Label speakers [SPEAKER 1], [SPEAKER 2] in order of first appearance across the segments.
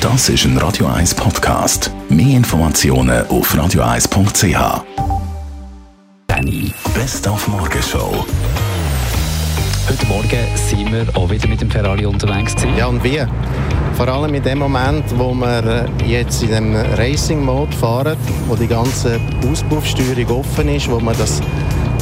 [SPEAKER 1] Das ist ein Radio 1 Podcast. Mehr Informationen auf radio1.ch. Danny, Best auf Morgenshow.
[SPEAKER 2] Heute Morgen sind wir auch wieder mit dem Ferrari unterwegs. Gewesen.
[SPEAKER 3] Ja, und wie? Vor allem in dem Moment, wo wir äh, jetzt in dem Racing-Mode fahren, wo die ganze Auspuffsteuerung offen ist, wo man das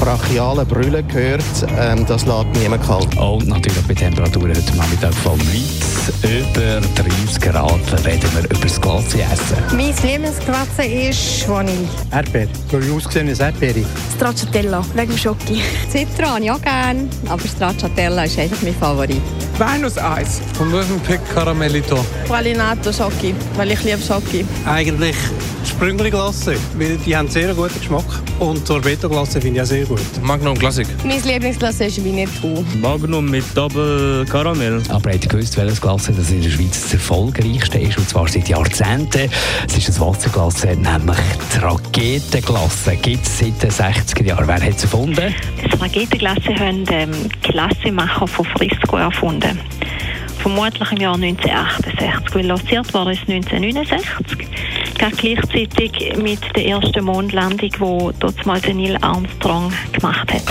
[SPEAKER 3] brachiale Brüllen hört, ähm, das lässt niemand kalt.
[SPEAKER 2] Und natürlich bei Temperaturen heute Nachmittag von weit über 30 Grad reden wir über das Glazeessen.
[SPEAKER 4] Mein Lieblingsglatzen ist Vanille.
[SPEAKER 5] Erdbeer. Soll ich aussehen als Erdbeere?
[SPEAKER 6] Stracciatella, wegen dem Schoki.
[SPEAKER 4] Zitrone, ja gerne. Aber Stracciatella ist eigentlich mein Favorit.
[SPEAKER 7] Walnusseis.
[SPEAKER 8] Und nur ein Pick Caramellito.
[SPEAKER 9] Pralinato Schoki, weil ich liebe Schoki.
[SPEAKER 10] Eigentlich Sprüngelglasse, weil die haben sehr guten Geschmack. Und Torbeto-Glasse finde ich auch sehr gut.
[SPEAKER 8] Magnum Classic.
[SPEAKER 11] Mein Lieblingsglasse ist Winnetou.
[SPEAKER 12] Magnum mit Double Caramel.
[SPEAKER 2] Aber habt ihr gewusst, welches Glasse das in der Schweiz das erfolgreichste ist? Und zwar seit Jahrzehnten. Es ist ein Wasserglasse, nämlich die Raketenglasse. Gibt es seit den 60er Jahren. Wer hat es erfunden?
[SPEAKER 13] Das Raketenglasse haben ähm, die Glassemacher von Frisco erfunden. Vermutlich im Jahr 1968, weil lanciert war es 1969 gleichzeitig mit der ersten Mondlandung, die damals Neil Armstrong gemacht hat.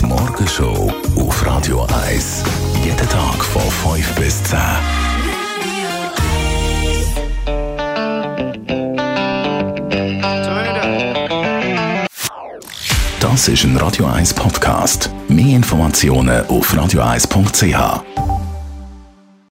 [SPEAKER 1] Die Morgenshow auf Radio 1. Jeden Tag von 5 bis 10. Das ist ein Radio 1 Podcast. Mehr Informationen auf radio1.ch.